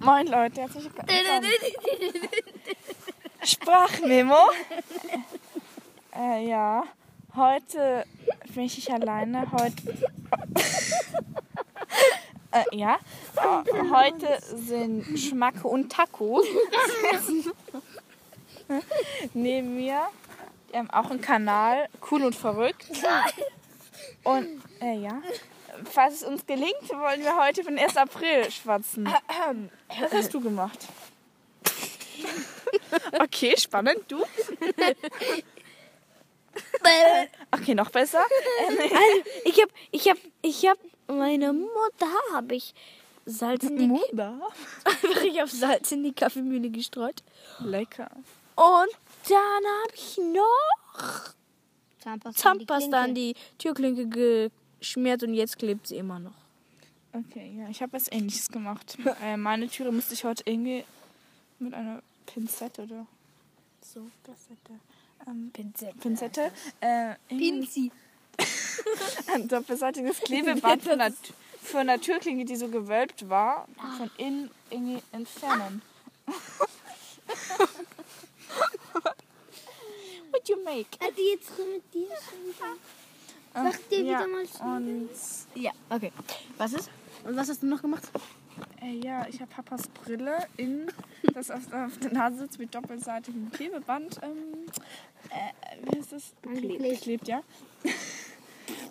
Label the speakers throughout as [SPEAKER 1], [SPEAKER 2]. [SPEAKER 1] Moin Leute, herzlich willkommen. Sprachmemo. äh, ja, heute bin ich nicht alleine. Heute. äh, ja, äh, heute sind Schmacke und Taco. Neben mir. Die haben auch einen Kanal. Cool und verrückt. Und, äh, ja. Falls es uns gelingt, wollen wir heute von 1. April schwatzen. Was hast du gemacht? Okay, spannend. Du? Okay, noch besser.
[SPEAKER 2] Ich hab, ich hab, ich hab, meine Mutter habe ich Salz in die,
[SPEAKER 1] Muda.
[SPEAKER 2] einfach ich hab Salz in die Kaffeemühle gestreut.
[SPEAKER 1] Lecker.
[SPEAKER 2] Und dann habe ich noch
[SPEAKER 3] Zahnpasta,
[SPEAKER 2] Zahnpasta an die Türklinke geschmiert und jetzt klebt sie immer noch.
[SPEAKER 1] Okay, ja, ich habe was ähnliches gemacht. Äh, meine Türe musste ich heute irgendwie mit einer Pinzette oder so. Pinzette. Ähm,
[SPEAKER 2] Pinzette.
[SPEAKER 1] Pinzette. Äh, irgendwie
[SPEAKER 3] Pinzi.
[SPEAKER 1] ein doppelseitiges Klebeband von einer, Tür- von einer Türklinge, die so gewölbt war, von innen irgendwie entfernen. What you make?
[SPEAKER 3] Hat die Also jetzt drin mit dir schon wieder?
[SPEAKER 2] Ah,
[SPEAKER 3] Sag dir wieder mal
[SPEAKER 1] Und
[SPEAKER 3] Ja, okay. Was ist? Und was hast du noch gemacht?
[SPEAKER 1] äh, ja, ich habe Papas Brille in das auf, auf der Nase sitzt mit doppelseitigem Klebeband. Ähm, äh, wie heißt das?
[SPEAKER 3] Angeklebt.
[SPEAKER 1] Geklebt, ja.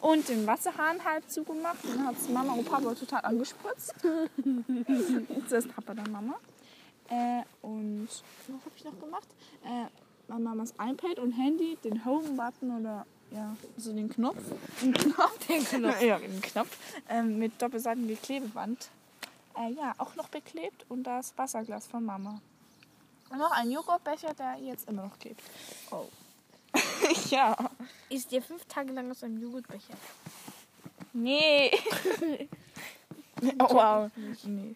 [SPEAKER 1] Und den Wasserhahn halb zugemacht. Dann hat Mama und Papa total angespritzt. Jetzt ist Papa dann Mama. Äh, und was habe ich noch gemacht? Äh, meine Mamas iPad und Handy, den Home-Button oder ja, so den Knopf. Den Knopf. Den Knopf. Ja, den Knopf. Ähm, mit doppelseitigem Klebeband. Äh, ja, auch noch beklebt und das Wasserglas von Mama. Und noch ein Joghurtbecher, der jetzt immer noch klebt. Oh. ja.
[SPEAKER 2] Ist dir fünf Tage lang aus einem Joghurtbecher.
[SPEAKER 1] Nee. oh, wow. Nee. Also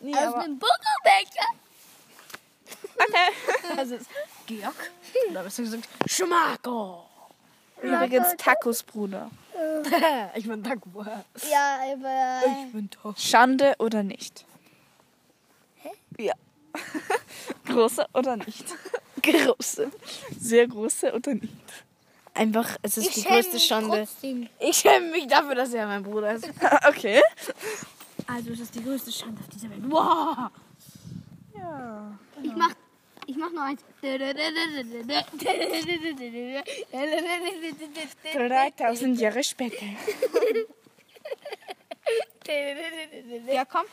[SPEAKER 1] Nee, aber,
[SPEAKER 3] Butterbecher.
[SPEAKER 2] Also ist Georg. Oder besser gesagt, Schmacko.
[SPEAKER 1] übrigens Tacos, Bruder.
[SPEAKER 2] ich bin Taco.
[SPEAKER 3] Ja, aber.
[SPEAKER 2] Ich bin Taco.
[SPEAKER 1] Schande oder nicht? Oh. Hä? Ja. große oder nicht? große. Sehr große oder nicht?
[SPEAKER 2] Einfach, es ist die
[SPEAKER 3] schäme
[SPEAKER 2] größte
[SPEAKER 3] mich
[SPEAKER 2] Schande.
[SPEAKER 3] trotzdem.
[SPEAKER 2] Ich schäme mich dafür, dass er mein Bruder ist.
[SPEAKER 1] Ah, okay.
[SPEAKER 2] Also es ist die größte Schande auf dieser Welt. Wow.
[SPEAKER 1] Ja.
[SPEAKER 3] Ich mach, ich mach noch eins. Ja,
[SPEAKER 1] 3000 Jahre später.
[SPEAKER 3] komm.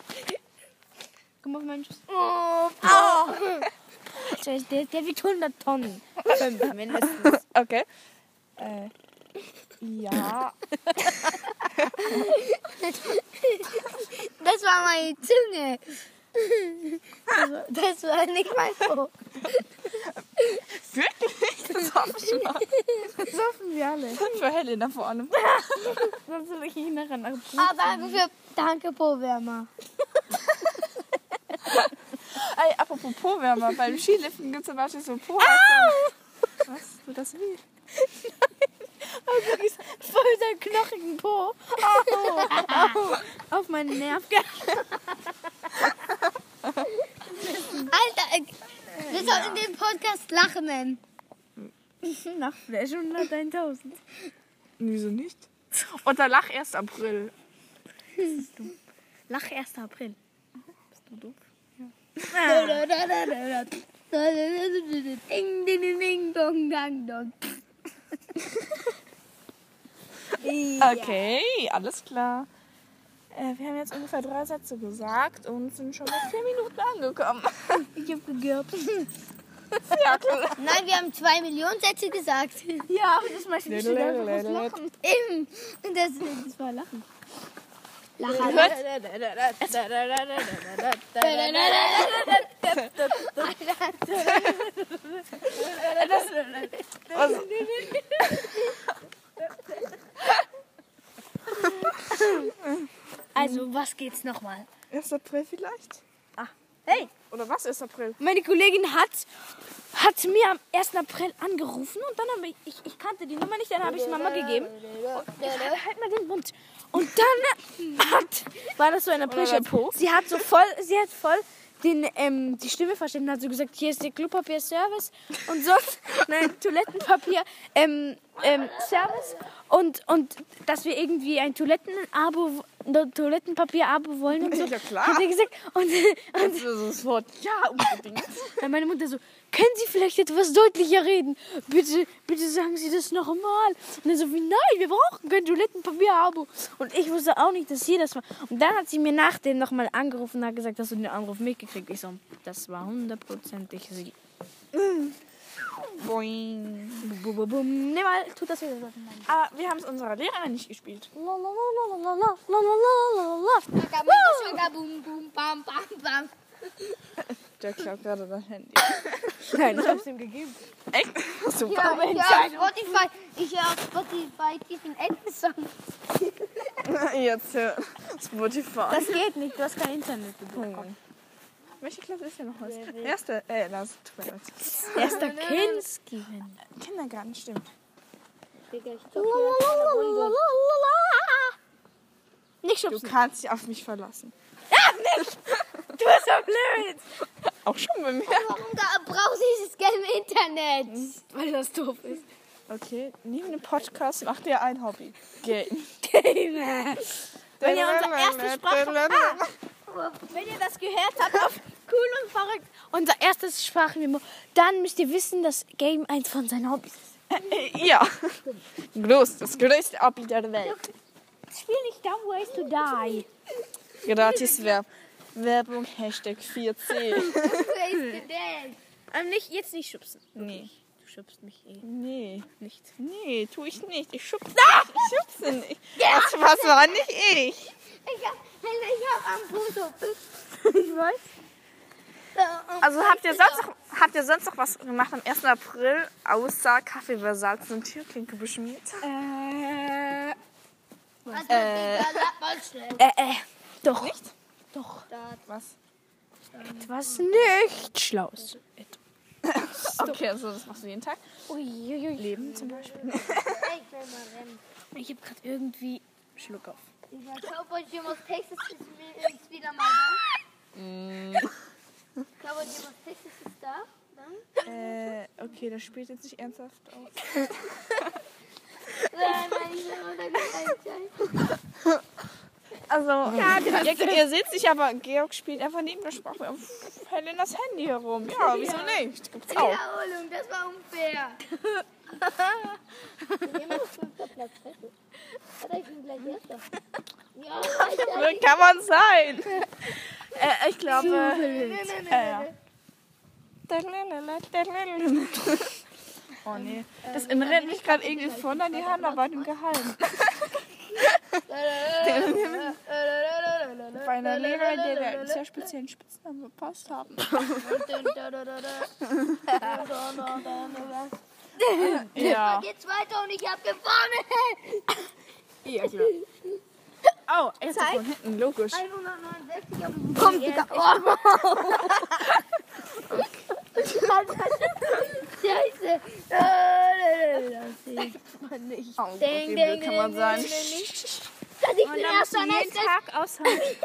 [SPEAKER 2] Komm auf meinen Schuss.
[SPEAKER 3] Oh,
[SPEAKER 2] Der, der, der wiegt 100 Tonnen. Fünf mindestens.
[SPEAKER 1] Okay. Äh, ja.
[SPEAKER 3] das war meine Zunge. Also, Das war nicht mein Po.
[SPEAKER 1] Wirklich? Das hab ich mal.
[SPEAKER 2] Das hoffen wir alle.
[SPEAKER 1] Für Helena vor allem.
[SPEAKER 2] Sonst will ich nicht nachher nach
[SPEAKER 3] Ah, danke für danke Po-Wärmer.
[SPEAKER 1] Ey, apropos Po-Wärmer. Beim Skiliften gibt es zum Beispiel so po ah! Was? Tut das weh?
[SPEAKER 2] Voll der knochigen Po. Auf meinen Nerv.
[SPEAKER 3] Alter, ich- wir sollten den Podcast lachen nennen.
[SPEAKER 2] Nach Flash 100, 1000.
[SPEAKER 1] Wieso nicht? Und da lach erst April.
[SPEAKER 2] Lach 1. April. Bist du doof?
[SPEAKER 3] Ding, ding, ding, ding, dong, dang, dong.
[SPEAKER 1] Okay, alles klar. Äh, wir haben jetzt ungefähr drei Sätze gesagt und sind schon bei vier Minuten angekommen.
[SPEAKER 2] Ich hab gegirbt.
[SPEAKER 1] ja, cool.
[SPEAKER 3] Nein, wir haben zwei Millionen Sätze gesagt.
[SPEAKER 2] Ja, aber das macht mich
[SPEAKER 1] Lalalala.
[SPEAKER 2] Lachen.
[SPEAKER 3] Eben. Und das,
[SPEAKER 2] Das war Lachen.
[SPEAKER 3] Lachen.
[SPEAKER 2] Also, was geht's nochmal?
[SPEAKER 1] 1. April vielleicht?
[SPEAKER 2] Hey!
[SPEAKER 1] Oder was 1. April?
[SPEAKER 2] Meine Kollegin hat, hat mir am 1. April angerufen und dann habe ich, ich, ich kannte die Nummer nicht, dann habe ich es Mama gegeben. Halt mal den Mund. Und dann hat, war das so ein Aprilscherz.
[SPEAKER 1] Po?
[SPEAKER 2] Sie hat so voll, sie hat voll den, ähm, die Stimme verstanden hat, so gesagt, hier ist der Klopapier-Service und sonst, nein, Toilettenpapier, ähm, ähm, Service und, und dass wir irgendwie ein Toiletten-Abo, Toilettenpapier-Abo wollen und so.
[SPEAKER 1] Ja, klar.
[SPEAKER 2] Hat er gesagt und, und
[SPEAKER 1] So sofort. Ja, unbedingt.
[SPEAKER 2] dann meine Mutter so, können Sie vielleicht etwas deutlicher reden? Bitte, bitte sagen Sie das nochmal. Und dann so wie, nein, wir brauchen kein Toilettenpapier-Abo. Und ich wusste auch nicht, dass sie das war. Und dann hat sie mir nach dem nochmal angerufen und hat gesagt, hast du den Anruf mitgekriegt? Ich so, das war hundertprozentig sie.
[SPEAKER 1] Boing.
[SPEAKER 2] Bu- bu- bu- bum. Nee, mal, tut das wieder.
[SPEAKER 1] Aber Ah, wir haben es unserer Lehrerin nicht gespielt.
[SPEAKER 3] Boom, boom, bam, bam, bam.
[SPEAKER 1] Der klaut gerade sein Handy.
[SPEAKER 2] Nein, ich hab's ihm gegeben.
[SPEAKER 1] Echt? Super.
[SPEAKER 3] Ja, ich höre auf Spotify, ich höre auf Spotify diesen Endsong.
[SPEAKER 1] Jetzt äh, Spotify.
[SPEAKER 2] Das geht nicht, du hast kein Internet.
[SPEAKER 1] Oh Welche Klasse ist denn noch was? Erste, äh, das tut mir leid.
[SPEAKER 2] Erster Kinski.
[SPEAKER 1] Kindergarten, stimmt.
[SPEAKER 2] Nicht
[SPEAKER 1] Du
[SPEAKER 2] schubsen.
[SPEAKER 1] kannst dich auf mich verlassen.
[SPEAKER 2] Du bist am Lyrics.
[SPEAKER 1] Auch schon bemerkt.
[SPEAKER 3] Warum da brauchst du dieses gelbe
[SPEAKER 1] Hm.
[SPEAKER 3] Internet?
[SPEAKER 2] Weil das doof ist.
[SPEAKER 1] Okay, neben dem Podcast macht ihr ein Hobby. Game.
[SPEAKER 2] Gamer. Wenn ihr unsere erste Sprache. Ah, wenn ihr das gehört habt auf Cool und Verrückt, unser erstes Sprachmemo, dann müsst ihr wissen, dass Game eins von seinen Hobbys ist.
[SPEAKER 1] Ja. Groß, das größte Hobby der Welt.
[SPEAKER 2] Spiel nicht Dumb Ways to Die.
[SPEAKER 1] Gratis Werb. Werbung, Hashtag 4C.
[SPEAKER 2] Ähm, nicht, jetzt nicht schubsen.
[SPEAKER 1] Nee.
[SPEAKER 2] Du schubst mich eh
[SPEAKER 1] Nee.
[SPEAKER 2] nicht.
[SPEAKER 1] Nee, tu ich nicht. Ich schubse nicht. Ich schubse nicht. Das, was war nicht ich?
[SPEAKER 3] Ich hab, ich hab am Foto.
[SPEAKER 2] Ich weiß.
[SPEAKER 1] Also habt ihr sonst noch, habt ihr sonst noch was gemacht am 1. April, außer Kaffee versalzen und Türklinke beschmiert?
[SPEAKER 2] Äh, äh,
[SPEAKER 3] Was äh.
[SPEAKER 2] äh. Doch. Nicht? Doch.
[SPEAKER 1] Was?
[SPEAKER 2] Etwas nicht Schlaues.
[SPEAKER 1] Okay, also das machst du jeden Tag.
[SPEAKER 2] Uiuiui. Leben zum Beispiel.
[SPEAKER 3] Ich will mal rennen.
[SPEAKER 2] Ich hab grad irgendwie Schluck auf.
[SPEAKER 3] Dieser Cowboy Jim aus Texas ist, wi- ist wieder mal da. Cowboy Jim aus Texas ist da. Dann.
[SPEAKER 1] Äh, okay, das spielt jetzt nicht ernsthaft auf.
[SPEAKER 3] Nein, nein, ich will runter, nein, nein.
[SPEAKER 1] Also, ja, ihr, ihr seht sich aber, Georg spielt einfach neben der Sprache auf Helenas Handy herum. Ja, wieso nicht? Gibt's auch.
[SPEAKER 3] Wiederholung, das war unfair. Warte, ich bin gleich erster. Ja, Alter.
[SPEAKER 1] So kann man sein. Äh, ich glaube.
[SPEAKER 3] Nee, nee, nee,
[SPEAKER 1] Äh, ja.
[SPEAKER 3] nee,
[SPEAKER 1] Oh nee. Das erinnert mich gerade irgendwie voll an die Handarbeit im Geheimen.
[SPEAKER 3] nee.
[SPEAKER 1] Bei einer Lehrerin, der wir einen sehr speziellen Spitznamen verpasst haben. Ja.
[SPEAKER 3] Geht's weiter und ich hab gewonnen!
[SPEAKER 1] Ja, klar. Oh, jetzt von hinten, logisch.
[SPEAKER 3] 169 auf dem Komm, Digga! Oh, Scheiße!
[SPEAKER 1] Oh,
[SPEAKER 3] Ding,
[SPEAKER 1] okay,
[SPEAKER 3] ding,
[SPEAKER 1] kann man
[SPEAKER 3] ding,
[SPEAKER 1] sein.
[SPEAKER 3] ding, ding, Dass ich bin erster, nächster
[SPEAKER 2] Tag aushalten.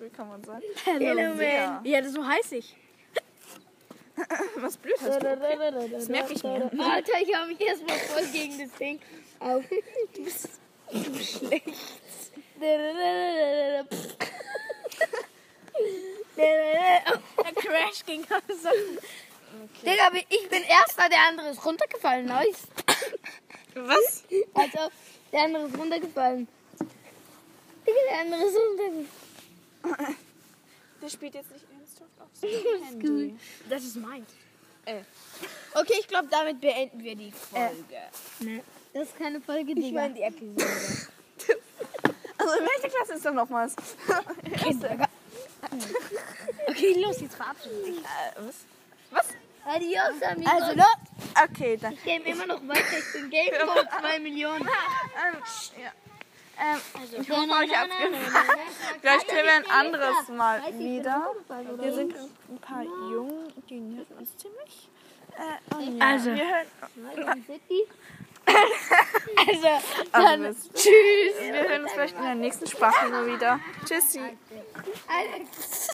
[SPEAKER 1] Wie kann man sein? Sehr.
[SPEAKER 2] Ja, das- so heiß ich.
[SPEAKER 1] Was blöd hast du? Das merke ich mir.
[SPEAKER 3] Alter, ich hab mich erstmal voll gegen das Ding auf. Du bist schlecht.
[SPEAKER 2] Der Crash ging aus.
[SPEAKER 3] Digga, ich bin erster, der andere ist runtergefallen. Nice.
[SPEAKER 1] Was?
[SPEAKER 3] Also, der andere ist runtergefallen. Digga, der andere ist runtergefallen.
[SPEAKER 1] Der spielt jetzt nicht ernsthaft auf.
[SPEAKER 2] Das ist meins.
[SPEAKER 1] Äh.
[SPEAKER 2] Okay, ich glaube, damit beenden wir die Folge.
[SPEAKER 1] Äh, ne.
[SPEAKER 3] Das ist keine Folge, Digga.
[SPEAKER 2] die Episode.
[SPEAKER 1] Also in welcher Klasse ist denn nochmals?
[SPEAKER 2] Okay, los, jetzt verabschieden wir uns.
[SPEAKER 1] Äh, Was?
[SPEAKER 3] Adios, amigos.
[SPEAKER 2] Also,
[SPEAKER 1] ne?
[SPEAKER 2] los.
[SPEAKER 1] Okay, dann.
[SPEAKER 3] ich game immer noch weiter. Ich bin Game von 2 Millionen.
[SPEAKER 1] Ähm, ja. ähm, ich hoffe, euch hat's gefallen. Vielleicht können wir ein anderes Mal wieder. Wir sind ein paar jung, die nerven uns ziemlich. Äh, und ja,
[SPEAKER 2] Also.
[SPEAKER 1] wir hören,
[SPEAKER 2] Also,
[SPEAKER 1] also wir- wir hören uns vielleicht in der nächsten Sprache wieder. Tschüssi.
[SPEAKER 3] Alex.